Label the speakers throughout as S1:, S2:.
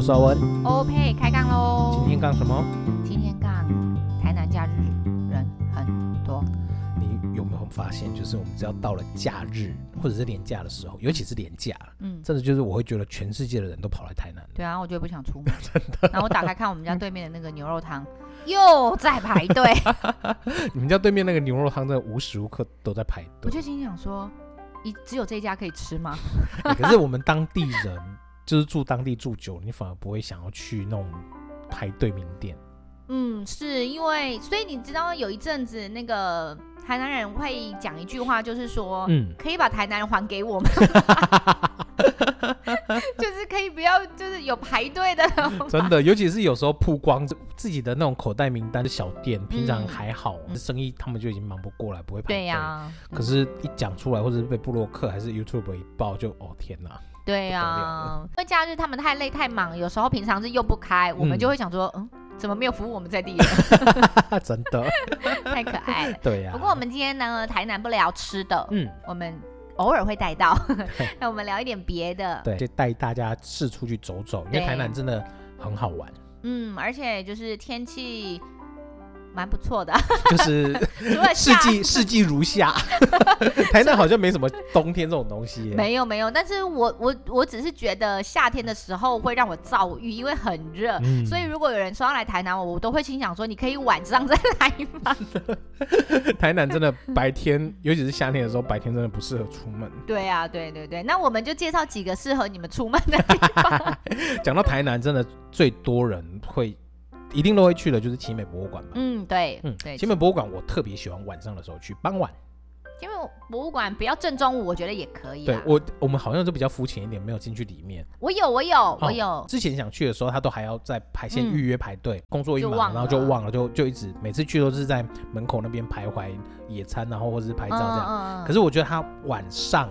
S1: 是阿文，
S2: 欧佩哦开杠
S1: 今
S2: 喽！
S1: 天干什么？
S2: 今天杠，台南假日人很多，
S1: 你有没有发现，就是我们只要到了假日或者是年假的时候，尤其是年假，
S2: 嗯，
S1: 真的就是我会觉得全世界的人都跑来台南了。
S2: 对啊，我就不想出 门，然后我打开看我们家对面的那个牛肉 汤又在排 队，
S1: 你们家对面那个牛肉汤真的无时无刻都在排
S2: 我
S1: 队，
S2: 就心想说，一只有这一家可以吃吗？
S1: 欸可是我们当地人就是住当地住久，你反而不会想要去那种排队名店。
S2: 嗯，是因为，所以你知道有一阵子那个台南人会讲一句话，就是说，
S1: 嗯，
S2: 可以把台南人还给我们，就是可以不要，就是有排队的了 吗
S1: 真的，尤其是有时候曝光自己的那种口袋名单的小店，平常还好，
S2: 嗯
S1: 生意他们就已经忙不过来，不会排队。
S2: 对呀、
S1: 可是，一讲出来，或者是被布洛克还是 YouTube 一爆，就哦天哪！
S2: 对呀、
S1: 了
S2: 因为假日他们太累太忙，有时候平常日又不开，我们
S1: 嗯
S2: 就会想说，嗯，怎么没有服务我们在地人？
S1: 真的，
S2: 太可爱了。
S1: 对呀、
S2: 不过我们今天呢，台南不聊吃的，
S1: 嗯，
S2: 我们偶尔会带 到，那我们聊一点别的。
S1: 对，就带大家四处去走走，因为
S2: 对
S1: 台南真的很好玩，
S2: 嗯，而且就是天气蛮不错的，
S1: 就是
S2: 除了
S1: 四
S2: 夏
S1: 季四季如 夏。台南好像没什么冬天这种东西耶，
S2: 没有没有，但是我我我只是觉得夏天的时候会让我躁郁，因为很热。
S1: 嗯
S2: 所以如果有人说要来台南，我我都会心想说，你可以晚上再来吗？
S1: 嗯台南真的白天，尤其是夏天的时候，白天真的不适合出门。
S2: 对啊，对对对，那我们就介绍几个适合你们出门的地方。
S1: 讲到台南，真的最多人会一定都会去的，就是奇美博物馆吧。
S2: 嗯， 对，对，
S1: 奇美博物馆我特别喜欢晚上的时候去，傍晚。
S2: 因为博物馆不要正中午，我觉得也可以
S1: 对
S2: 啦。
S1: 我，我们好像就比较肤浅一点，没有进去里面。
S2: 我有，我
S1: 哦
S2: 有，我有，
S1: 之前想去的时候，他都还要在排先
S2: 哦嗯
S1: 预约排队，工作一
S2: 就
S1: 忙，
S2: 忘
S1: 然后就
S2: 了
S1: 忘了，就就一直每次去都是在门口那边徘徊野餐，然后或者是拍照这样。
S2: 嗯
S1: 可是我觉得他晚上，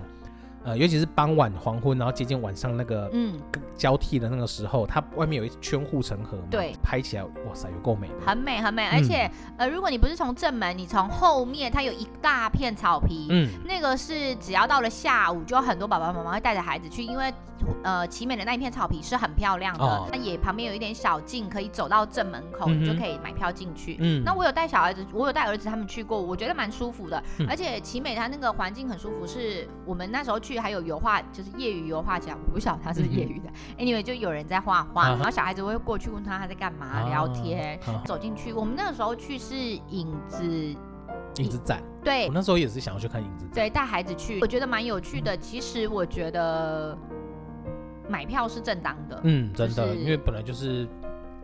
S1: 呃，尤其是傍晚黄昏，然后接近晚上那个
S2: 嗯，
S1: 交替的那个时候，它外面有一圈护城河嘛，
S2: 对，
S1: 拍起来哇塞，有够美的。
S2: 很美很
S1: 嗯
S2: 美，而且、呃，如果你不是从正门，你从后面，它有一大片草皮。
S1: 嗯，
S2: 那个是只要到了下午，就很多爸爸妈妈会带着孩子去，因为呃，奇美的那一片草皮是很漂亮的
S1: 哦，
S2: 那、也旁边有一点小径，可以走到正门口，你
S1: 嗯
S2: 就
S1: 哼
S2: 可以买票进去。
S1: 嗯，
S2: 那我有带小孩子，我有带儿子他们去过，我觉得蛮舒服的，
S1: 嗯
S2: 而且奇美它那个环境很舒服，是我们那时候去还有油画，就是业余油画家，我不晓得他是不是业余的、a n y w a y 就有人在画画，
S1: 嗯啊
S2: 然后小孩子会过去问他他在干嘛，
S1: 啊
S2: 聊天。
S1: 啊
S2: 走进去，我们那个时候去是影子，
S1: 影子展，
S2: 对
S1: 我那时候也是想要去看影子展。
S2: 对，带孩子去，我觉得蛮有趣的。其实我觉得买票是正当的，
S1: 嗯，
S2: 就
S1: 真的，
S2: 是
S1: 因为本来就是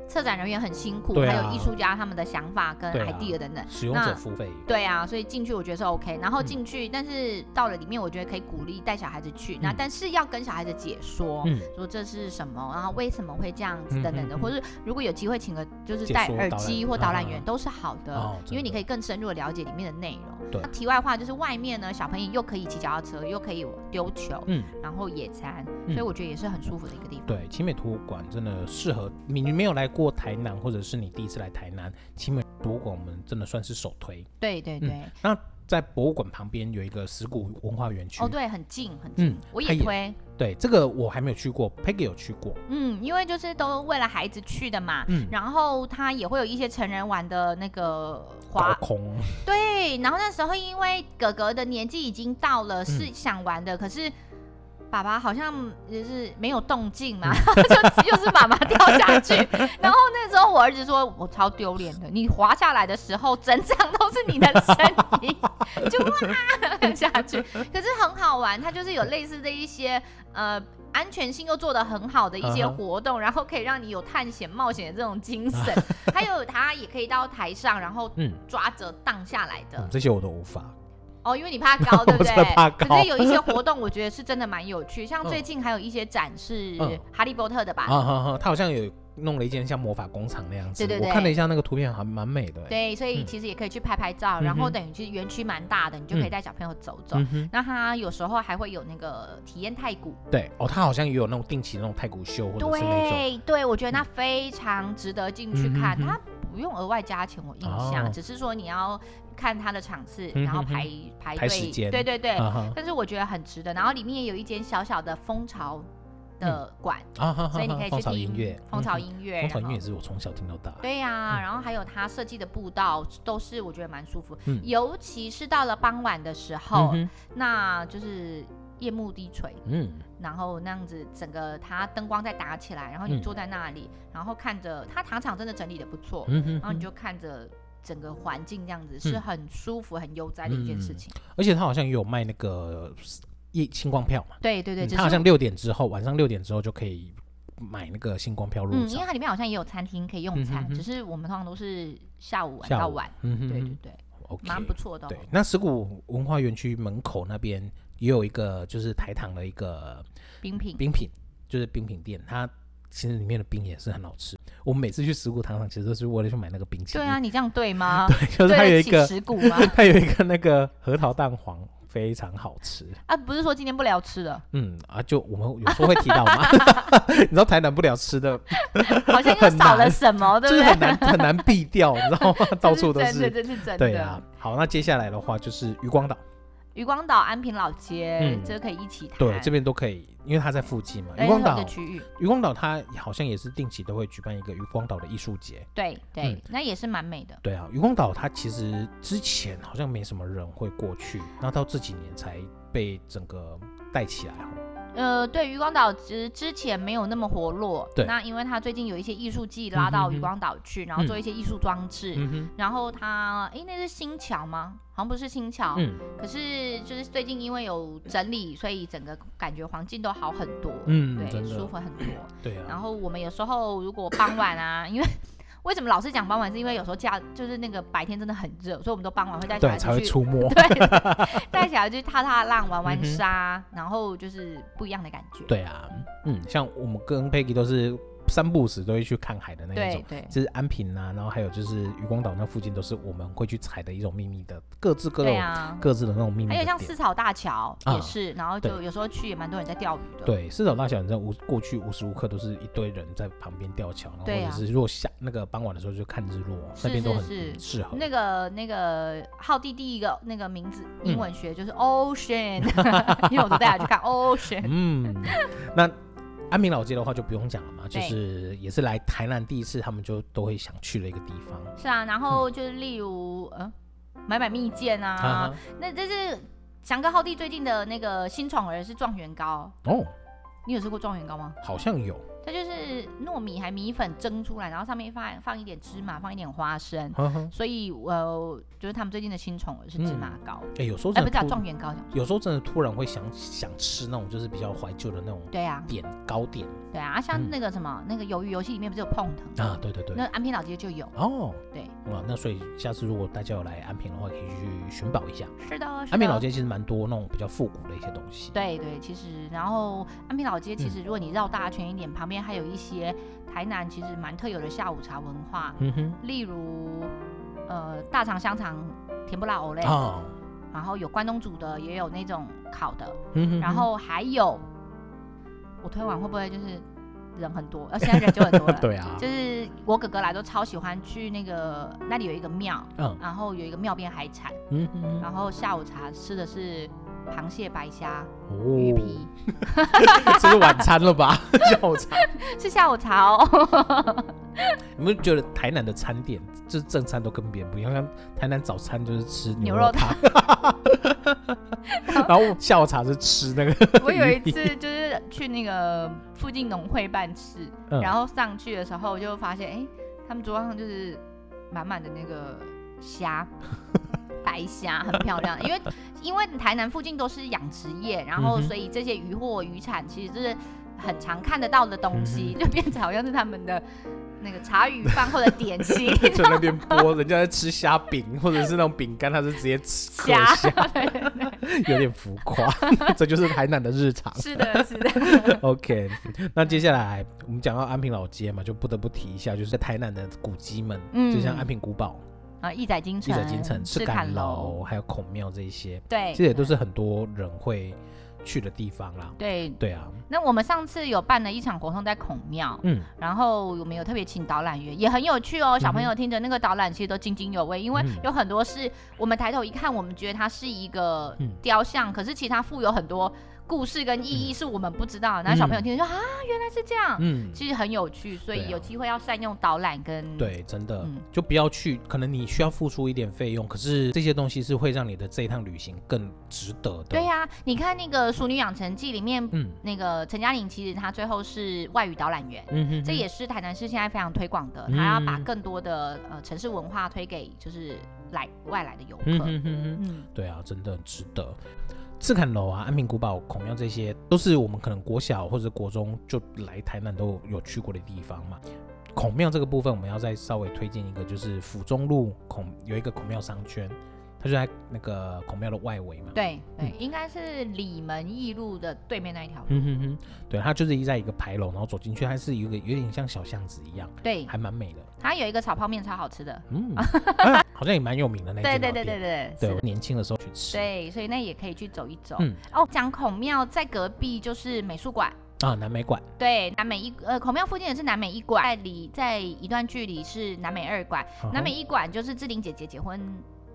S2: 策展人员很辛苦，
S1: 对
S2: 还
S1: 啊
S2: 有艺术家他们的想法跟
S1: 对啊
S2: idea 等等。
S1: 使用
S2: 那
S1: 者付费。
S2: 对啊，所以进去我觉得是 OK，然后
S1: 嗯
S2: 进去，但是到了里面，我觉得可以鼓励带小孩子去，那
S1: 嗯
S2: 但是要跟小孩子解说，
S1: 嗯，
S2: 说这是什么，然后为什么会这样子
S1: 嗯
S2: 等等的，
S1: 嗯嗯
S2: 或是如果有机会请个就是
S1: 解
S2: 戴
S1: 说
S2: 耳
S1: 导览
S2: 机
S1: 员
S2: 或导览员
S1: 啊
S2: 都是好的，
S1: 哦
S2: 因为
S1: 真
S2: 你
S1: 的
S2: 可以更深入的了解里面的内容。
S1: 对
S2: 那题外话就是外面呢，小朋友又可以骑脚踏车，又可以丢球，
S1: 嗯，
S2: 然后野餐，
S1: 嗯
S2: 所以我觉得也是很舒服的一个地方。
S1: 对，奇美图书馆真的适合你，你没有来过台南，或者是你第一次来台南，奇美博物馆我们真的算是首推。
S2: 对对对，
S1: 在博物馆旁边有一个石鼓文化园区，
S2: 哦对，很近很近，
S1: 嗯
S2: 我
S1: 它
S2: 也
S1: 也
S2: 推，
S1: 对这个我还没有去过，Peggy 有去过，
S2: 嗯，因为就是都为了孩子去的嘛，
S1: 嗯，
S2: 然后它也会有一些成人玩的那个
S1: 高
S2: 滑，
S1: 空，
S2: 对。然后那时候因为哥哥的年纪已经到
S1: 嗯
S2: 了，是想玩的，可是爸爸好像就是没有动静嘛，
S1: 嗯
S2: 就又是妈妈掉下 去。然后那时候我儿子说：“我超丢脸的，你滑下来的时候，整场都是你的身影，就哇下 去。”可是很好玩，它就是有类似的一些呃。安全性又做得很好的一些
S1: 嗯哼
S2: 活动然后可以让你有探险冒险的这种精神， 还有它也可以到台上，然后
S1: 嗯
S2: 抓着荡下来的。
S1: 嗯，这些我都无法。
S2: 哦，因为你怕高，对不对？
S1: 我真的怕高
S2: 可是有一些活动，我觉得是真的蛮有趣，像最近还有一些展是
S1: 嗯
S2: 《哈利波特》的吧？
S1: 啊哈哈，他好像有弄了一间像魔法工厂那样子，
S2: 对对
S1: 我
S2: 对
S1: 看了一下那个图片，还蛮美的、欸。，
S2: 对，所以
S1: 嗯
S2: 其实也可以去拍拍照，然后等于去园区蛮大的，你就可以
S1: 嗯
S2: 带小朋友走走。
S1: 嗯哼，
S2: 那它有时候还会有那个体验太古，
S1: 对哦，他好像也有那种定期的那种太古秀或者是那种。嗯
S2: 对对，我觉得那非常值得进去看，
S1: 嗯哼哼
S2: 它不用额外加钱，我印象，
S1: 哦
S2: 只是说你要看它的场次，
S1: 嗯哼哼
S2: 然后排排
S1: 排
S2: 队，
S1: 时间
S2: 对对对。
S1: 啊哈，
S2: 但是我觉得很值得，然后里面也有一间小小的蜂巢的 馆，
S1: 啊哈哈哈，
S2: 所以你可以
S1: 芳
S2: 去
S1: 草
S2: 听
S1: 音乐，
S2: 蜂巢
S1: 嗯
S2: 音
S1: 嗯
S2: 乐，
S1: 蜂巢音
S2: 然
S1: 乐嗯
S2: 后
S1: 也是我从小听到大。
S2: 对呀、然后还有他设计的步道都是我觉得蛮舒服，
S1: 嗯
S2: 尤其是到了傍晚的时
S1: 嗯
S2: 候，
S1: 哼
S2: 那就是夜幕低垂，
S1: 嗯
S2: 然后那样子整个它灯光再打起来，然后你
S1: 嗯
S2: 坐在那里，然后看着它糖厂真的整理的不错，
S1: 嗯哼，
S2: 然后你就看着整个环境这样子，是很舒服、很悠哉的一件事情。
S1: 而且他好像也有卖那个夜星光票嘛，
S2: 对对对，
S1: 嗯
S2: 只
S1: 他好
S2: 是
S1: 像六点之后，晚上六点之后就可以买那个星光票入
S2: 嗯，因为
S1: 场。
S2: 它里面好像也有餐厅可以用
S1: 嗯
S2: 餐
S1: 哼，哼
S2: 只是我们通常都是下午玩
S1: 下午
S2: 到晚。
S1: 嗯哼
S2: 对对
S1: 哼
S2: 对，
S1: ，OK，
S2: 蛮不错的哦。
S1: 对，那石鼓文化园区门口那边也有一个就是台糖的一个
S2: 冰品
S1: 冰品，就是冰品店，它其实里面的冰也是很好吃。我们每次去石鼓糖厂，其实都是为了去买那个冰淇
S2: 对
S1: 淋。
S2: 啊，你这样对吗？
S1: 对， 就是它
S2: 对
S1: 有
S2: 得
S1: 一
S2: 起
S1: 个
S2: 石鼓 吗？
S1: 它有一个那个核桃蛋黄，非常好吃。
S2: 啊，不是说今天不聊吃 了，
S1: 嗯啊，就我们有时候会提到 嘛， 你知道台南不了吃的，
S2: 好像又少了什么，对
S1: 就
S2: 不对？
S1: 是很难很难避掉，你知道 吗？ 到处都
S2: 这真的，
S1: 是。
S2: 这是真
S1: 对
S2: 的
S1: 啊。，好，那接下来的话就是渔光岛，
S2: 渔光岛、安平老街
S1: 嗯，
S2: 这可以一起谈。
S1: 对，这边都可以，因为它在附近嘛。
S2: 而且
S1: 渔光
S2: 是
S1: 岛
S2: 同一，个区域，
S1: 渔光岛它好像也是定期都会举办一个渔光岛的艺术节。
S2: 对
S1: 嗯
S2: 对，那也是蛮美的。
S1: 对啊，渔光岛它其实之前好像没什么人会过去，那到这几年才被整个带起来哦。
S2: 呃，对，渔光岛之之前没有那么活络，
S1: 对
S2: 那因为它最近有一些艺术季拉到
S1: 嗯哼哼
S2: 渔光岛去，然后做一些艺术装置，
S1: 嗯哼，
S2: 然后它，诶，那是新桥吗？好像不是新桥，
S1: 嗯
S2: 可是就是最近因为有整理，所以整个感觉环境都好很多，
S1: 嗯，
S2: 对，
S1: 真
S2: 舒
S1: 的，
S2: 服很多。
S1: 对
S2: 然
S1: 啊，
S2: 后我们有时候如果傍晚啊，因为为什么老是讲傍晚，是因为有时候假就是那个白天真的很热，所以我们都傍晚会带小
S1: 对
S2: 孩
S1: 才会
S2: 出去
S1: 出 没。
S2: 对，带小孩去踏踏浪、玩
S1: 嗯
S2: 玩
S1: 哼
S2: 沙，然后就是不一样的感觉。
S1: 对啊，嗯，像我们跟 Peggy 都是三不五时都会去看海的那一
S2: 对
S1: 种，
S2: 对
S1: 就是安平啊，然后还有就是渔光岛那附近都是我们会去踩的一种秘密的，各自各
S2: 对
S1: 种、
S2: 啊，
S1: 各自的那种秘密
S2: 还
S1: 的
S2: 有
S1: 点
S2: 像。四草大桥
S1: 啊
S2: 也是，然后就
S1: 对
S2: 有时候去也蛮多人在钓鱼的。
S1: 对，四岛大小，你知道无过去无时无刻都是一堆人在旁边吊桥，然后或
S2: 对
S1: 者
S2: 啊
S1: 是如果下那个傍晚的时候就看日落，那边
S2: 是
S1: 都很
S2: 是
S1: 嗯适合。
S2: 那个那个浩弟第一个那个名字
S1: 嗯
S2: 英文学就是 Ocean，因为 我都带他去 看 Ocean。
S1: 嗯，那安平老街的话就不用讲了嘛，就
S2: 对
S1: 是也是来台南第一次，他们就都会想去的一个地方。
S2: 是啊，然后就是例如嗯，买买蜜饯
S1: 哈
S2: 啊，那这是翔哥浩弟最近的那个新宠儿是状元糕，
S1: 哦，
S2: 你有吃过状元糕吗？
S1: 好像有，
S2: 它就是糯米还米粉蒸出来，然后上面放放一点芝麻，放一点花生，
S1: 呵呵
S2: 所以呃，就是他们最近的新宠儿是芝麻糕，
S1: 哎、有时候
S2: 哎、
S1: 真
S2: 不
S1: 的
S2: 是、啊、
S1: 突
S2: 状元糕，
S1: 有时候真的突然会想想吃那种就是比较怀旧的那种
S2: 对啊，
S1: 点糕点
S2: 对啊，啊
S1: 嗯
S2: 像那个什么、那个鱿鱼游戏里面不是有碰藤吗
S1: 啊，对对对
S2: 那，安平老街就有，
S1: 哦，
S2: 对，
S1: 哇，那所以下次如果大家有来安平的话，可以去寻宝一下。
S2: 是的，是的
S1: 安平老。街其实蛮多那种比较复古的一些东西，
S2: 对对，其实然后安平老街，
S1: 嗯
S2: 其实如果你绕大圈一点，旁边还有一些台南其实蛮特有的下午茶文化，
S1: 嗯哼，
S2: 例如呃大肠香肠、甜不辣藕类，
S1: 啊，
S2: 然后有关东煮的，也有那种烤的，
S1: 嗯哼
S2: 然后还有，我推完会不会就是人很多？呃，现在人就很多了。
S1: 对啊，
S2: 就是我哥哥来都超喜欢去那个那里有一个庙，
S1: 嗯
S2: 然后有一个庙边海产，
S1: 嗯哼
S2: 然后下午茶吃的是螃蟹、白虾、鱼
S1: 哦，
S2: 皮，
S1: 这是晚餐了吧？ 下午茶，
S2: 是下午茶哦。
S1: 你们觉得台南的餐点就是正餐都跟别人不一样，像台南早餐就是吃
S2: 牛
S1: 肉
S2: 肉
S1: 汤， 然后下午茶是吃那个，
S2: 我有一次就是去那个附近农会办事，
S1: 嗯
S2: 然后上去的时候就发现，哎、他们桌上就是满满的那个虾，白虾很漂 亮。因为因为台南附近都是养殖业，然后
S1: 嗯哼。
S2: 所以这些渔获渔产其实就是很常看得到的东西，就变成好像是他们的那个茶余饭后的点心
S1: 在那边剥，人家在吃虾饼或者是那种饼干，他是直接 吃嗑
S2: 虾
S1: 虾，有点浮夸，这就是台南的日常。
S2: 是 的，是的，
S1: OK，那接下来我们讲到安平老街嘛，就不得不提一下，就是在台南的古迹们，
S2: 嗯
S1: 就像安平古堡、
S2: 啊，义载金
S1: 记
S2: 城，
S1: 者金城、赤
S2: 坎
S1: 坎楼，还有孔庙这一些，
S2: 嗯对，
S1: 其实也都是很多人会去的地方啦。
S2: 对
S1: 对啊，
S2: 那我们上次有办了一场活动在孔庙，
S1: 嗯，
S2: 然后我们有特别请导览员，也很有趣哦。小朋友听着那个导览，其实都津津有味，因为
S1: 嗯
S2: 有很多是我们抬头一看，我们觉得它是一个
S1: 嗯
S2: 雕像，可是其实它附有很多故事跟意义是我们不知道的，然后小朋友听了说啊，原来是这样，
S1: 嗯，
S2: 其实很有趣，所
S1: 对
S2: 以
S1: 啊
S2: 有机会要善用导览跟
S1: 对，真的、
S2: 嗯
S1: 就不要去，可能你需要付出一点费用，可是这些东西是会让你的这一趟旅行更值得的。
S2: 对、呀、你看那个《熟女养成记》里面，
S1: 嗯
S2: 那个陈嘉玲其实她最后是外语导览员。
S1: 嗯哼
S2: 这
S1: 哼
S2: 也是台南市现在非常推广的，
S1: 嗯
S2: 她要把更多的呃城市文化推给就是来外来的游客。
S1: 嗯哼哼哼，
S2: 嗯，
S1: 对啊，真的很值得。赤坎楼啊、安平古堡、孔庙这些，都是我们可能国小或者国中就来台南都有去过的地方嘛。孔庙这个部分，我们要再稍微推荐一个，就是府中路孔有一个孔庙商圈，它就在那个孔庙的外围嘛。
S2: 对对，
S1: 嗯
S2: 应该是里门驿路的对面那一条路。
S1: 嗯哼哼，对，它就是在一个牌楼，然后走进去，它是有一个有点像小巷子一样，
S2: 对，
S1: 还蛮美的。
S2: 它有一个炒泡面超好吃的。
S1: 嗯，啊好像也蛮有名的那一
S2: 对
S1: 间
S2: 对
S1: 老
S2: 对对
S1: 店。
S2: 对
S1: 对，
S2: 是
S1: 我年轻的时候去吃。
S2: 对，所以那也可以去走一走。
S1: 嗯
S2: 哦，讲孔庙在隔壁就是美术馆，
S1: 啊，南美馆。
S2: 对，南美一呃孔庙附近也是南美一馆，在离在一段距离是南美二馆，南美一馆就是志玲姐姐结婚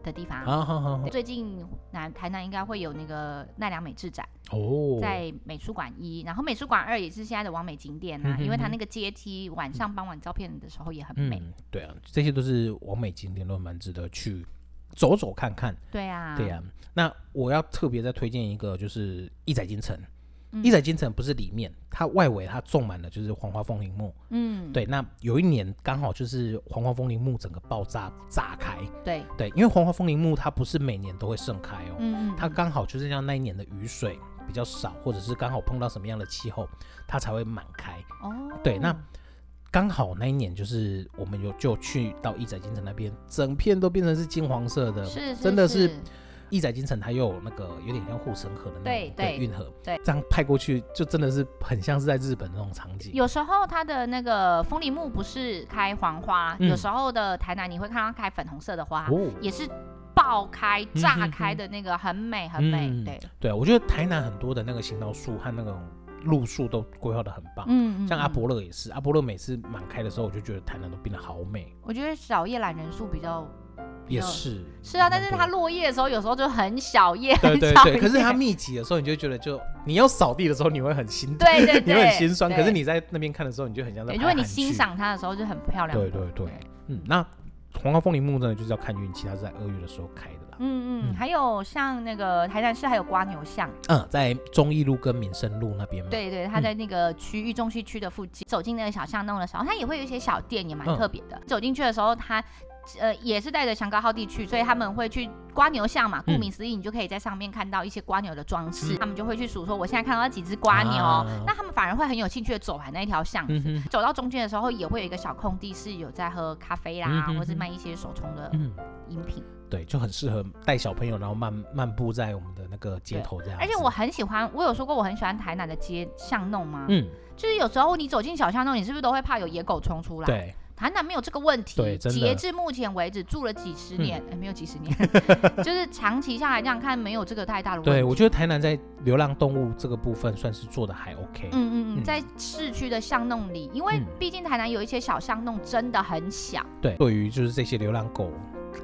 S2: 的地方。
S1: 嗯啊，好好好
S2: 最近南台南应该会有那个奈良美智展，
S1: 哦，
S2: 在美术馆一，然后美术馆二也是现在的完美景点
S1: 嗯
S2: 啊，
S1: 哼
S2: 因为它
S1: 哼
S2: 那个阶梯晚上傍晚照片的时候也很美。
S1: 嗯，对啊，这些都是完美景点，都蛮值得去走走看看。
S2: 对啊，
S1: 对啊，那我要特别再推荐一个，就是一载金城。
S2: 嗯
S1: 一载金城不是里面，它外围它种满了就是黄花风铃木。
S2: 嗯，
S1: 对，那有一年刚好就是黄花风铃木整个爆炸炸开。
S2: 对，
S1: 对，因为黄花风铃木它不是每年都会盛开哦，
S2: 嗯，嗯
S1: 它
S2: 嗯
S1: 刚好就是像那一年的雨水比较少，或者是刚好碰到什么样的气候，它才会满开。
S2: 哦，
S1: 对那刚好那一年就是我们有就去到义载金城那边，整片都变成是金黄色的。
S2: 是是
S1: 呃真的
S2: 是
S1: 是义载金城它又有那个有点像护城河的那
S2: 对
S1: 种
S2: 对
S1: 运河，
S2: 对，
S1: 这样派过去就真的是很像是在日本那种场景。
S2: 有时候它的那个风铃木不是开黄花，
S1: 嗯
S2: 有时候的台南你会看到开粉红色的花，
S1: 哦，嗯
S2: 也是爆开、
S1: 哼
S2: 炸开的那个，很美很美。
S1: 嗯
S2: 对，
S1: 对啊，我觉得台南很多的那个行道树和那种路树都规划的很棒。
S2: 嗯
S1: 像阿，
S2: 嗯
S1: 波勒也是，阿波勒每次满开的时候，我就觉得台南都变得好美
S2: 嗯，我觉得小叶懒人树比较嗯
S1: 也
S2: 有
S1: 是。
S2: 是啊，
S1: 蛮
S2: 但是
S1: 多
S2: 它落叶的时候有时候就很小叶，
S1: 对
S2: 很
S1: 对
S2: 小叶。
S1: 对，可是它密集的时候，你就觉得就你要扫地的时候，你会很心疼，
S2: 对对
S1: 你
S2: 对，
S1: 会很心酸。
S2: 对
S1: 可是你在那边看的时候，你就很像在
S2: 对
S1: 拍
S2: 如果你
S1: 韩剧
S2: 欣赏它的时候就很漂亮。
S1: 对对对，嗯，那黄花风铃木真的就是要看运气，它是在二月的时候开的啦。
S2: 嗯
S1: 嗯
S2: 嗯，还有像那个台南市还有瓜牛巷，
S1: 嗯，在忠义路跟民生路那边嘛。，
S2: 对对，它在那个区域中西区的附近，走进那个小巷弄的时候，它也会有一些小店，也蛮
S1: 嗯
S2: 特别的。走进去的时候，它呃也是带着香高号地区，所以他们会去瓜牛巷嘛，顾
S1: 嗯
S2: 名思义，你就可以在上面看到一些瓜牛的装饰，他们就会去数说我现在看到几只瓜牛，
S1: 啊
S2: 那他们反而会很有兴趣的走完那一条巷。
S1: 嗯哼，
S2: 走到中间的时候，也会有一个小空地，是有在喝咖啡啦，
S1: 嗯哼
S2: 或是
S1: 哼
S2: 卖一些手冲的
S1: 嗯，
S2: 饮品。
S1: 对，就很适合带小朋友，然后漫漫步在我们的那个街
S2: 对
S1: 头这样子。
S2: 而且我很喜欢，我有说过我很喜欢台南的街巷弄吗？
S1: 嗯，
S2: 就是有时候你走进小巷弄，你是不是都会怕有野狗冲出来？
S1: 对，
S2: 台南没有这个问题。
S1: 对真的嗯
S2: 截至目前为止，住了几十年，哎、没有几十年， 就是长期下来这样看，没有这个太大的问题。
S1: 对，我觉得台南在流浪动物这个部分算是做的还 OK。
S2: 嗯嗯
S1: 嗯
S2: 嗯，在市区的巷弄里，因为
S1: 嗯
S2: 毕竟台南有一些小巷弄真的很小，
S1: 对，对于就是这些流浪狗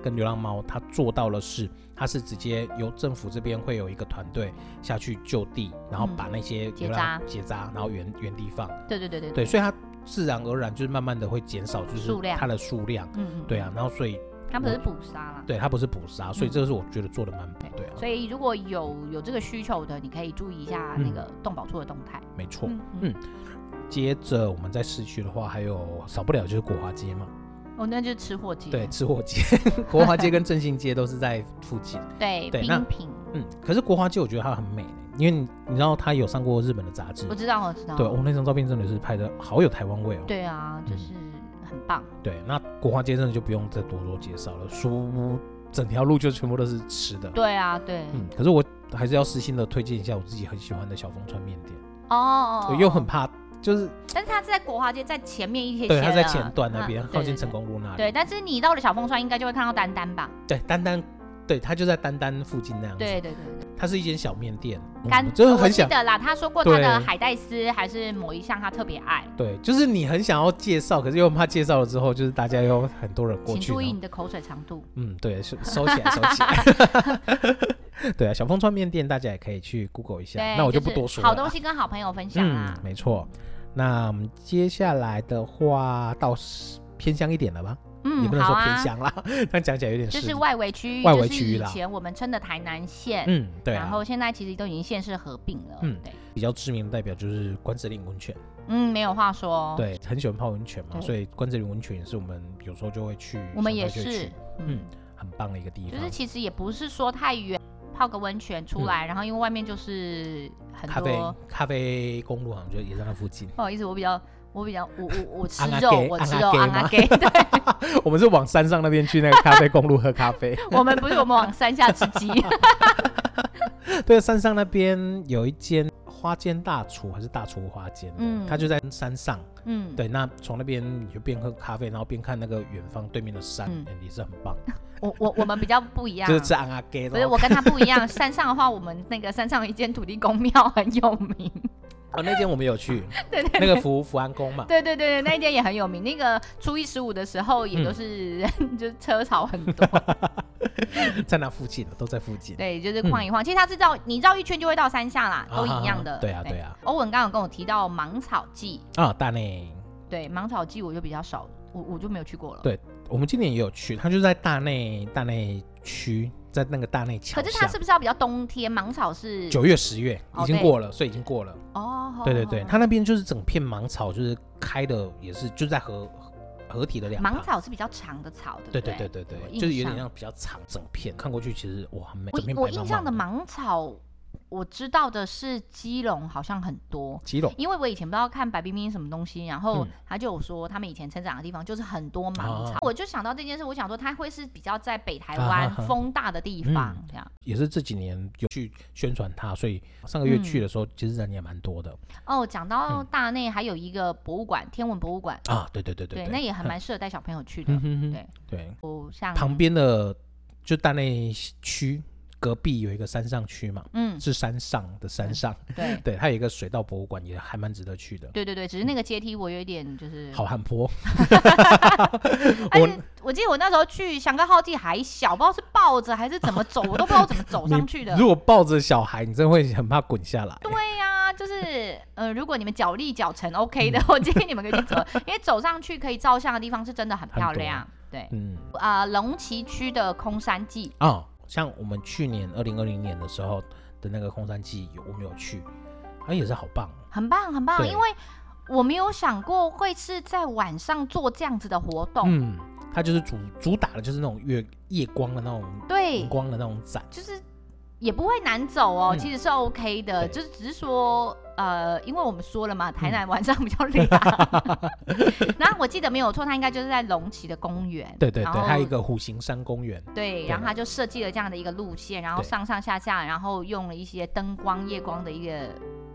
S1: 跟流浪猫，它做到的是，它是直接由政府这边会有一个团队下去就地，然后
S2: 嗯
S1: 把那些
S2: 结
S1: 流浪
S2: 扎
S1: 结扎，然后原原地放。
S2: 对对对对，
S1: 对，所以它自然而然就是慢慢的会减少，就是
S2: 数量
S1: 它的数量。
S2: 嗯嗯，
S1: 对啊，然后所以
S2: 他们是捕杀啦。
S1: 对它不是捕杀，所以
S2: 嗯
S1: 这个是我觉得做的蛮不对啊，
S2: 所以如果有有这个需求的，你可以注意一下
S1: 嗯
S2: 那个动保处的动态。
S1: 没错。
S2: 嗯
S1: 接着我们在市区的话，还有少不了就是国华街嘛，
S2: 嗯，哦，那就是吃货街。
S1: 对，吃货街、 国华街跟振兴街都是在附近。
S2: 对，
S1: 对那
S2: 冰品，
S1: 嗯，可是国华街我觉得它很美，因为你你知道它有上过日本的杂志
S2: 我，知道，我知道。
S1: 对，我、哦、那张照片真的是拍的好有台湾味哦。
S2: 对啊，就是很棒。
S1: 对，那国华街真的就不用再多做介绍了，书整条路就全部都是吃的。
S2: 对啊，对。
S1: 嗯，可是我还是要私心的推荐一下我自己很喜欢的小风川面店，
S2: 哦哦
S1: 我
S2: 哦，
S1: 又很怕，就是
S2: 但是它是在国华街在前面一些些
S1: 对
S2: 了，
S1: 它在前段那边，
S2: 嗯
S1: 靠近
S2: 对
S1: 成功路那
S2: 对，
S1: 里。
S2: 但是你到了小凤山，应该就会看到丹丹吧？
S1: 对，丹丹，对，它就在丹丹附近那样子。
S2: 对对对对，
S1: 它是一间小面店，嗯
S2: 干
S1: 我真的
S2: 我
S1: 很
S2: 记
S1: 想。
S2: 得啦，他说过他的
S1: 对
S2: 海带丝还是某一项他特别爱，
S1: 对，就是你很想要介绍，可是又很怕介绍了之后，就是大家有很多人过
S2: 请
S1: 去。
S2: 注
S1: 然
S2: 意
S1: 后
S2: 你的口水长度。
S1: 嗯，对，收收起来，收起来。 对啊，小风川面店大家也可以去 Google 一下
S2: 对，，
S1: 那我
S2: 就
S1: 不
S2: 是
S1: 多说了啦。嗯
S2: 好东西跟好朋友分享啊啦。
S1: 没错。那我们接下来的话，到是偏乡一点了吧？
S2: 嗯，
S1: 也不能
S2: 好
S1: 说
S2: 啊
S1: 偏，乡啦， 但讲起来有点
S2: 就
S1: 失
S2: 是外围区域，
S1: 外
S2: 就
S1: 围
S2: 是
S1: 区域
S2: 以
S1: 啦
S2: 前我们称的台南县，
S1: 嗯，对
S2: 然
S1: 啊。
S2: 后现在其实都已经县市合并了。
S1: 嗯
S2: 对，
S1: 比较知名的代表就是关子岭温泉，
S2: 嗯，没有话说。，
S1: 对，很喜欢泡温泉嘛，
S2: 对
S1: 所以关子岭温泉也是我们有时候就会去，
S2: 我们
S1: 想
S2: 也
S1: 到就会
S2: 是
S1: 去，
S2: 嗯
S1: 嗯，，很棒的一个地
S2: 就是
S1: 方。嗯
S2: 其实也不是说太远，泡个温泉出来，然后因为外面就是很
S1: 咖啡
S2: 多。
S1: 咖啡公路好像就也在那附近，
S2: 不好意思，我比较我比较我我我吃
S1: 昂啊
S2: 肉
S1: 给，
S2: 我
S1: 昂
S2: 吃
S1: 啊
S2: 肉，
S1: 给
S2: 昂啊
S1: 吗
S2: 给。对，
S1: 我们是往山上那边去那个咖啡公路喝咖 啡。
S2: 我们不是我们往山下吃 鸡。
S1: 对，山上那边有一间花间大厨还是大厨花间，
S2: 嗯
S1: 嗯，它就在山上。
S2: 嗯，
S1: 对，那从那边你就边喝咖啡，然后边看那个远方对面的山，
S2: 嗯
S1: 嗯也是很棒，
S2: 我我我们比较不一样，
S1: 就是吃昂阿给。
S2: 不是我跟他不一样。山上的话，我们那个山上有一间土地公庙很有名，
S1: 哦，那间我们有去，
S2: 对对
S1: 那个福福安宫嘛，
S2: 对对对，那一间也很有名。那个初一十五的时候，
S1: 嗯
S2: 也都是、 就是车潮很多，
S1: 在那附近的，都在附近。
S2: 对，就是晃一晃。其实它是绕你绕一圈就会到山下啦，都一样的。
S1: 啊对啊，对啊，
S2: 欧文刚刚有跟我提到芒草季，
S1: 啊，大内，
S2: 对芒草季我就比较少，我我就没有去过了。
S1: 对我们今年也有去，它就在大内大内区，在那个大内桥
S2: 可是它
S1: 下
S2: 是。不是要比较冬天？芒草是
S1: 九月、十月
S2: 哦
S1: 已经
S2: 对
S1: 过了，所以已经过了。
S2: 哦，好
S1: 对对对，
S2: 好好
S1: 它那边就是整片芒草，就是开的也是就在合合体的两旁
S2: 芒草是比较长的草，对不
S1: 对
S2: 对
S1: 对对对对
S2: 我，印
S1: 就是有点
S2: 象
S1: 像比较长整片，看过去其实哇，很美。整片
S2: 我我
S1: 白
S2: 印
S1: 茫
S2: 象
S1: 茫
S2: 的芒草，我知道的是基隆好像很多，
S1: 基隆
S2: 因为我以前不知道看白冰冰什么东西，然后
S1: 嗯
S2: 他就有说他们以前成长的地方就是很多芒草，
S1: 啊
S2: 我就想到这件事，我想说它会是比较在北台
S1: 啊
S2: 湾
S1: 哈哈嗯
S2: 风大的地方、这样。
S1: 也是这几年有去宣传它，所以上个月
S2: 嗯
S1: 去的时候，其实人也蛮多的
S2: 哦，讲到
S1: 嗯
S2: 大内还有一个博物馆，天文博物馆，
S1: 啊。对对对对，
S2: 那也还蛮适合带小朋友去的
S1: 嗯。哼哼
S2: 对
S1: 对，
S2: 哦，像
S1: 旁边的就大内区隔壁有一个山上区嘛，
S2: 嗯，
S1: 是山上的山上，
S2: 对
S1: 对，它有一个水稻博物馆，也还蛮值得去的。
S2: 对对对，只是那个阶梯我有一点就是
S1: 好汉坡，
S2: 而
S1: 我
S2: 且我记得我那时候去香港号地还小，不知道是抱着还是怎么走，我都不知道我怎么 走上去的
S1: 如。果抱着小孩，你真的会很怕滚下来。
S2: 对呀、就是呃，如果你们脚力脚程 OK
S1: 嗯
S2: 的，我建议你们可以去走，因为走上去可以照相的地方是真的很漂亮。对，
S1: 嗯，
S2: 啊，龙崎区的空山记，
S1: 啊、像我们去年二零二零年的时候的那个空山记有我们有去，啊也是好棒哦，
S2: 很棒很棒，
S1: 对
S2: 因为我没有想过会是在晚上做这样子的活动。
S1: 嗯，它就是主主打的就是那种月夜光的那种
S2: 对
S1: 荧，光的那种展，
S2: 就是也不会难走哦，
S1: 嗯
S2: 其实是 OK 的，
S1: 对嗯
S2: 就是只是说。呃，因为我们说了嘛，台南晚上比较凉。 然后我记得没有错，它应该就是在龙崎的公园。
S1: 对对
S2: 然
S1: 对，
S2: 后
S1: 还有一个虎形山公园，
S2: 对，
S1: 对
S2: 然后他就设计了这样的一个路线，然后
S1: 对
S2: 上上下下，然后用了一些灯光、夜光的一个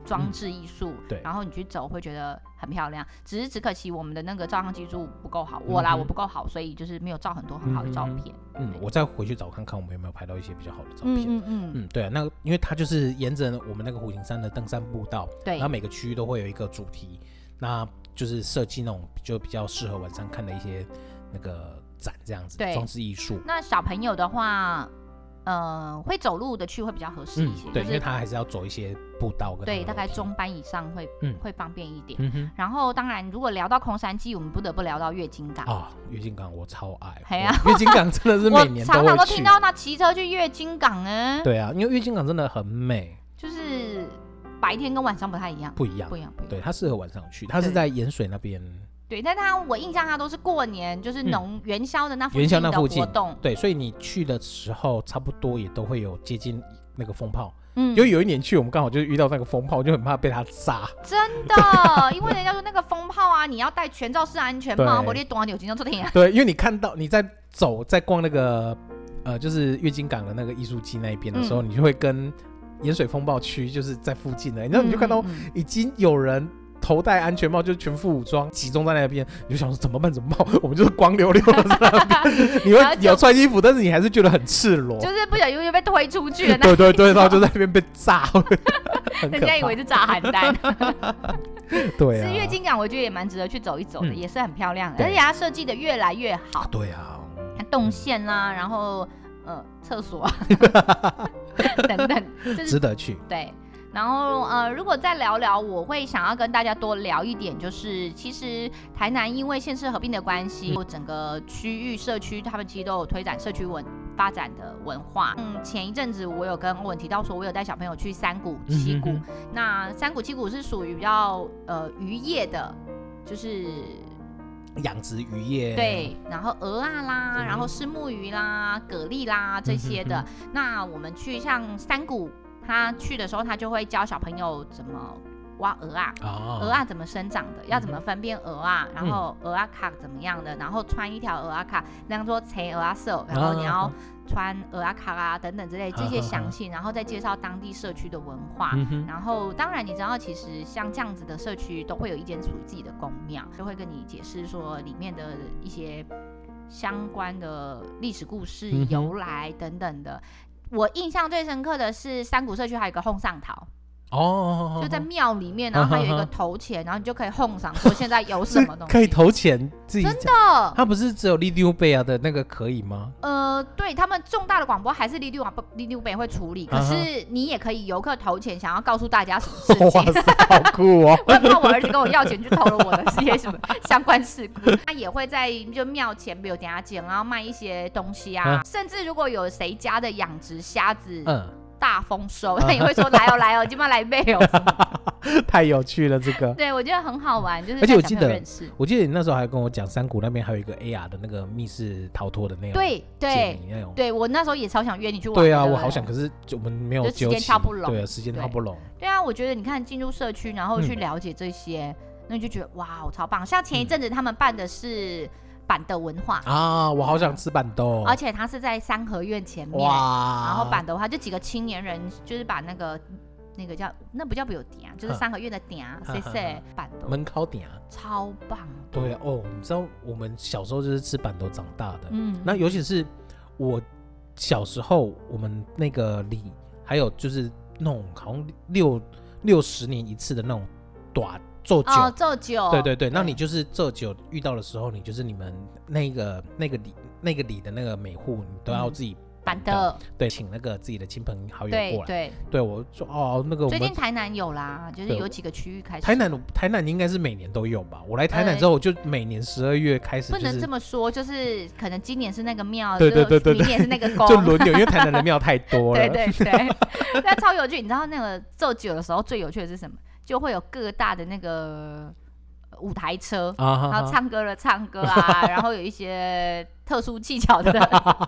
S2: 装置艺术。
S1: 嗯对
S2: 然后你去走会觉得很漂亮，只是只可惜我们的那个照相技术不够好，我啦、
S1: 嗯哼
S2: 我不够好，所以就是没有照很多很好的照
S1: 嗯哼
S2: 片。
S1: 嗯，我再回去找看看我们有没有拍到一些比较好的照片。嗯
S2: 嗯嗯嗯，
S1: 对啊，那因为它就是沿着我们那个虎形山的登山步道，
S2: 对
S1: 然后。每个区域都会有一个主题，那就是设计那种就比较适合晚上看的一些那个展这样子，
S2: 对
S1: 装置艺术。
S2: 那小朋友的话，呃，会走路的去会比较合适
S1: 嗯
S2: 一些，，
S1: 对，
S2: 就
S1: 因
S2: 是
S1: 为它还是要走一些步道跟
S2: 对
S1: 那个
S2: 大概
S1: 楼梯，
S2: 中班以上会、
S1: 嗯
S2: 会方便一点。
S1: 嗯哼，
S2: 然后，当然，如果聊到空山鸡，我们不得不聊到月经港。
S1: 啊，月经港我超爱，
S2: 嘿啊
S1: 我月经港真的是
S2: 我
S1: 每年
S2: 常常都
S1: 会去
S2: 听，到啊那骑车去月经港呢，
S1: 对啊，因为月经港真的很美，
S2: 就是白天跟晚上不太一样，
S1: 不一样
S2: 不，一样，不一样。
S1: 对，它适合晚上去，它是
S2: 对
S1: 在盐水那边，
S2: 对，但他我印象他都是过年，就是
S1: 嗯
S2: 农、元宵的那附
S1: 元宵
S2: 近
S1: 那
S2: 的
S1: 附
S2: 活
S1: 近
S2: 动，
S1: 对，所以你去的时候差不多也都会有接近那个风炮，
S2: 嗯
S1: 因为有一年去我们刚好就遇到那个风炮，就很怕被它炸，
S2: 真的，因为人家说那个风炮啊，你要戴全罩式安全帽啊，
S1: 对
S2: 我得短扭金都做天啊。
S1: 对，因为你看到你在走在逛那个呃，就是月经港的那个艺术季那一边的时候，
S2: 嗯
S1: 你就会跟盐水风暴区就是在附近的，然后你就看到
S2: 嗯嗯嗯
S1: 已经有人头戴安全帽，就全副武装集中在那边，你就想说怎么办？怎么办？我们就是光溜溜的在那 边，你
S2: 然后
S1: 会
S2: 就
S1: 有穿衣服，但是你还是觉得很赤裸。
S2: 就是不小心就被推出去 了，那
S1: 对对对，然后就在那边被炸，很
S2: 人
S1: 可
S2: 家以为
S1: 怕。
S2: 是炸邯郸。
S1: 对
S2: 是
S1: 啊，
S2: 月经港，我觉得也蛮值得去走一走的，
S1: 嗯
S2: 也是很漂亮的，
S1: 对哦
S2: 而且它设计的越来越好，
S1: 对啊，
S2: 动线啦，然后嗯，厕所 啊等等，就是
S1: 值得去。
S2: 对，然后呃，如果再聊聊，我会想要跟大家多聊一点，就是其实台南因为县市合并的关系，整个区域社区他们其实都有推展社区文发展的文化。嗯，前一阵子我有跟欧文提到说，我有带小朋友去三谷七谷，
S1: 嗯哼
S2: 那三谷七谷是属于比较呃渔业的，就是。
S1: 养殖渔业，
S2: 对，然后鹅啊啦，
S1: 嗯
S2: 然后是木鱼啦、蛤蜊啦这些的。
S1: 嗯
S2: 那我们去像山谷，他去的时候，他就会教小朋友怎么挖鹅啊。
S1: 哦，
S2: 鹅啊怎么生长的？要怎么
S1: 嗯
S2: 分辨鹅啊？然后鹅啊卡怎么样的？然后穿一条鹅啊卡，那样说成鹅啊色，然后你要
S1: 嗯
S2: 穿鹅啊卡啊等等之类这些 详细，然后再介绍当地社区的文化。
S1: 嗯哼，
S2: 然后，当然你知道，其实像这样子的社区都会有一间属于自己的宫庙，就会跟你解释说里面的一些相关的历史故事
S1: 嗯、哼
S2: 由来等等的。我印象最深刻的是山谷社区还有一个哄上桃，
S1: 哦哦，哦
S2: 就在
S1: 哦
S2: 庙里面，然后它有一个投钱，然后你就可以哄上说现在有什
S1: 嗯是
S2: 么东西。
S1: 可以投钱自己
S2: 真
S1: 讲，啊
S2: 的，
S1: 它不是只有利丢贝亚的那个可以吗？
S2: 呃，对他们重大的广播还是利率广播利率北会处理，可
S1: 嗯
S2: 是你也可以游客投钱，想要告诉大家什么事情
S1: 哇。塞，好酷 哦！
S2: 我也不知道我儿子跟我要钱去偷了我的这些什么相关事故。他也会在就庙前，比如等下捡，然后卖一些东西啊。甚至如果有谁家的养殖虾子
S1: 嗯，
S2: 大丰 收，他也会说来哦来哦，今晚来背哦。什么的
S1: 太有趣了，这个。
S2: 对，我觉得很好玩，就是
S1: 而且
S2: 让
S1: 我
S2: 小
S1: 记
S2: 朋友
S1: 得
S2: 认识
S1: 我记得你那时候还跟我讲，山谷那边还有一个 AR 的那个密室逃脱的那种，
S2: 对
S1: 解
S2: 对
S1: 谜那种。
S2: 对，我那时候也超想约你去玩的。
S1: 对啊，
S2: 不
S1: 我好想，可是就我们没有
S2: 就时
S1: 纠
S2: 间
S1: 起
S2: 跳不拢
S1: 对啊，时间跳
S2: 对
S1: 不拢。
S2: 对啊，我觉得你看进入社区，然后去
S1: 嗯
S2: 了解这些，那你就觉得哇，我超棒。像前一阵子他们办的是板的文化，
S1: 啊，我好想吃板豆，
S2: 嗯而且它是在三合院前面。
S1: 哇，
S2: 然后板的话，就几个青年人，就是把那个那个叫那不叫表点啊，就是
S1: 哼
S2: 三合院的点啊，
S1: 哼
S2: 谁
S1: 哼
S2: 谁板的，
S1: 门烤点啊，
S2: 超棒。
S1: 对哦，你知道我们小时候就是吃板豆长大的，
S2: 嗯，
S1: 那尤其是我小时候，我们那个里还有就是那种好像六六十年一次的那种短做酒。
S2: 哦，做酒，
S1: 对对对，那你就是这酒遇到的时候，你就是你们那个那个里那个里的那个每户，你都要
S2: 嗯
S1: 自己
S2: 板
S1: 豆，
S2: 的，
S1: 对，请那个自己的亲朋好友
S2: 对
S1: 过来。
S2: 对。
S1: 对，我说哦，那个我
S2: 最
S1: 们
S2: 近台南有啦，就是
S1: 对
S2: 有几个区域开始。
S1: 台南，台南应该是每年都有吧？我来台南之后，我就每年十二月开始
S2: 不
S1: 就
S2: 能
S1: 是
S2: 这么说，就是可能今年是那个庙，
S1: 对对
S2: 就是
S1: 对对
S2: 明
S1: 对
S2: 年是那个宫，
S1: 就轮流，因为台南的庙太多了。
S2: 对对对，那超有趣。你知道那个做酒的时候最有趣的是什么？就会有各大的那个呃舞台车，
S1: 啊哈哈，
S2: 然后唱歌的唱歌 啊，然后有一些特殊技巧的，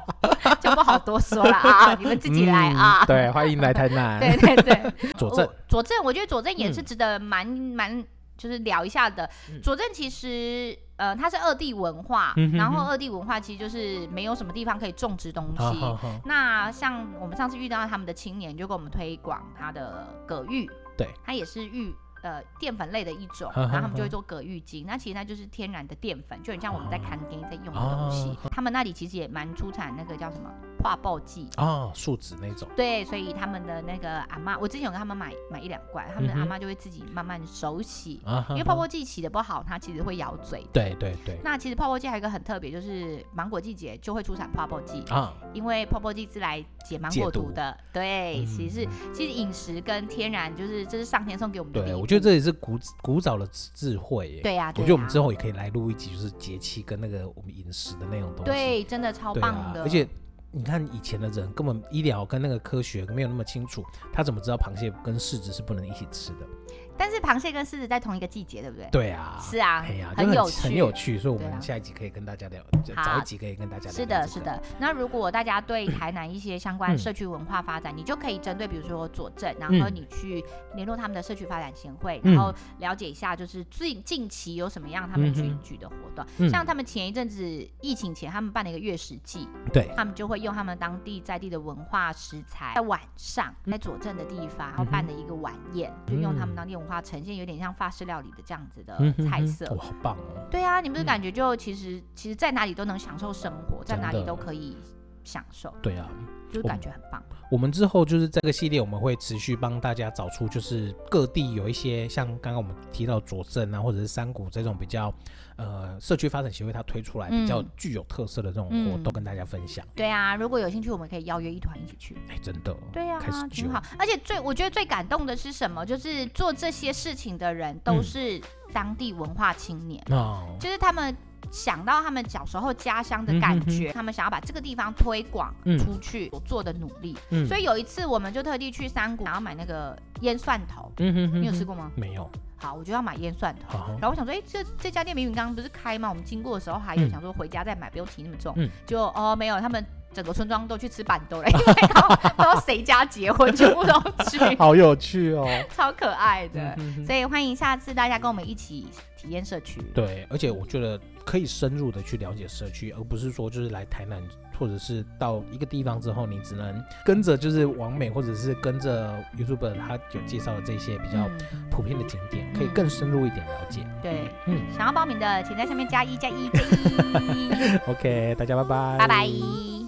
S2: 就不好多说了 啊，你们自己来啊。
S1: 嗯对，欢迎来台 南。
S2: 对对 对，
S1: 佐证
S2: 我佐证，我觉得佐证也是值得蛮蛮、就是聊一下的。
S1: 嗯
S2: 佐证其实呃，它是二地文化，
S1: 嗯哼
S2: 然后
S1: 哼
S2: 二地文化其实就是没有什么地方可以种植哦东西。
S1: 好好好，
S2: 那像我们上次遇到他们的青年，就给我们推广他的葛玉，
S1: 对，
S2: 它也是玉呃淀粉类的一 种，
S1: 呵呵
S2: 然后他们
S1: 呵
S2: 就会做葛玉精。那其实它就是天然的淀粉，就很像我们在
S1: 哦
S2: 看给在用的东西。他们那里其实也蛮出产那个叫什么化爆剂。
S1: 哦，树脂那种，
S2: 对，所以他们的那个阿妈，我之前有跟他们买买一两罐，他们的
S1: 嗯哼
S2: 阿妈就会自己慢慢手洗，
S1: 啊哈
S2: 因为
S1: 哈
S2: 泡泡剂洗的不好，它其实会咬嘴。
S1: 对对对，
S2: 那其实泡泡剂还有一个很特别，就是芒果季节就会出产泡泡剂，
S1: 啊，
S2: 因为泡泡剂是来解芒果毒的，对，
S1: 嗯
S2: 其实是其实饮食跟天然就是这是上天送给我们的礼
S1: 对，
S2: 物。
S1: 我觉得这也是古古早的智智慧耶。
S2: 对呀、
S1: 我
S2: 啊对
S1: 觉得我们
S2: 呀
S1: 之后也可以来录一集，就是节气跟那个我们饮食的那种东西。
S2: 对真的超
S1: 对
S2: 棒
S1: 啊
S2: 的，，
S1: 而且你看以前的人根本医疗跟那个科学没有那么清楚，他怎么知道螃蟹跟柿子是不能一起吃的？
S2: 但是螃蟹跟狮子在同一个季节，对不对？
S1: 对啊，
S2: 是啊，
S1: 哎呀，就
S2: 很
S1: 很
S2: 有趣，
S1: 很有趣，啊所以我
S2: 对啊
S1: 们下一集可以跟大家聊，
S2: 好
S1: 早一集可以跟大家聊。
S2: 是的，是，的。那如果大家对台南一些相关
S1: 嗯
S2: 社区文化发展，你就可以针对比如说佐证，然后
S1: 嗯
S2: 你去联络他们的社区发展协会，
S1: 嗯
S2: 然后了解一下就是最近期有什么样他们去
S1: 嗯哼
S2: 举的活动。
S1: 嗯
S2: 像他们前一阵子疫情前，他们办了一个月食祭，
S1: 对，
S2: 他们就会用他们当地在地的文化食材，在晚上
S1: 嗯
S2: 在佐证的地方，然后办了一个晚宴，就用他们当地文化呈现，有点像法式料理的这样子的
S1: 嗯哼
S2: 菜
S1: 哼
S2: 色。
S1: 哇，好棒哦！
S2: 对啊，你不是
S1: 嗯
S2: 感觉就其实、其实在哪里都能享受生活，在
S1: 真
S2: 哪里
S1: 的
S2: 都可以享受。
S1: 对啊，
S2: 就感觉很棒。
S1: 我们之后就是这个系列，我们会持续帮大家找出，就是各地有一些像刚刚我们提到左镇啊，或者是山谷这种比较，呃，社区发展协会它推出来比较
S2: 嗯
S1: 具有特色的这种活动，
S2: 嗯
S1: 跟大家分享。
S2: 对啊，如果有兴趣，我们可以邀约一团一起去。
S1: 哎，真的，
S2: 对呀、
S1: 开始
S2: 啊，
S1: 揪
S2: 挺好。而且最我觉得最感动的是什么？就是做这些事情的人都
S1: 嗯
S2: 是当地文化青年，
S1: 哦，
S2: 就是他们想到他们小时候家乡的感觉，他们想要把这个地方推广
S1: 嗯
S2: 出去所做的努力。
S1: 嗯
S2: 所以有一次，我们就特地去山谷，然后买那个腌蒜头。
S1: 嗯哼哼，哦
S2: 你有吃过吗？
S1: 没有？
S2: 好，我就要买腌蒜头。
S1: 好，嗯
S2: 然后我想说，哎、这这家店明明刚刚不是开吗？我们经过的时候还有
S1: 嗯
S2: 想说回家再买，不用提那么重。
S1: 嗯
S2: 就哦没有，他们整个村庄都去吃板豆了， 因为刚好不知道谁家结婚，全部都 去，
S1: 好有趣哦。
S2: 超可爱的。
S1: 嗯哼哼
S2: 所以欢迎下次大家跟我们一起体验社区。
S1: 对，而且我觉得可以深入的去了解社区，而不是说就是来台南或者是到一个地方之后，你只能跟着就是王美或者是跟着 YouTuber 他有介绍的这些比较
S2: 嗯
S1: 普遍的景点，可以
S2: 嗯
S1: 更深入一点了解。
S2: 对，
S1: 嗯
S2: 想要报名的，请在下面加一加一加一，
S1: OK，大家拜拜，
S2: 拜拜。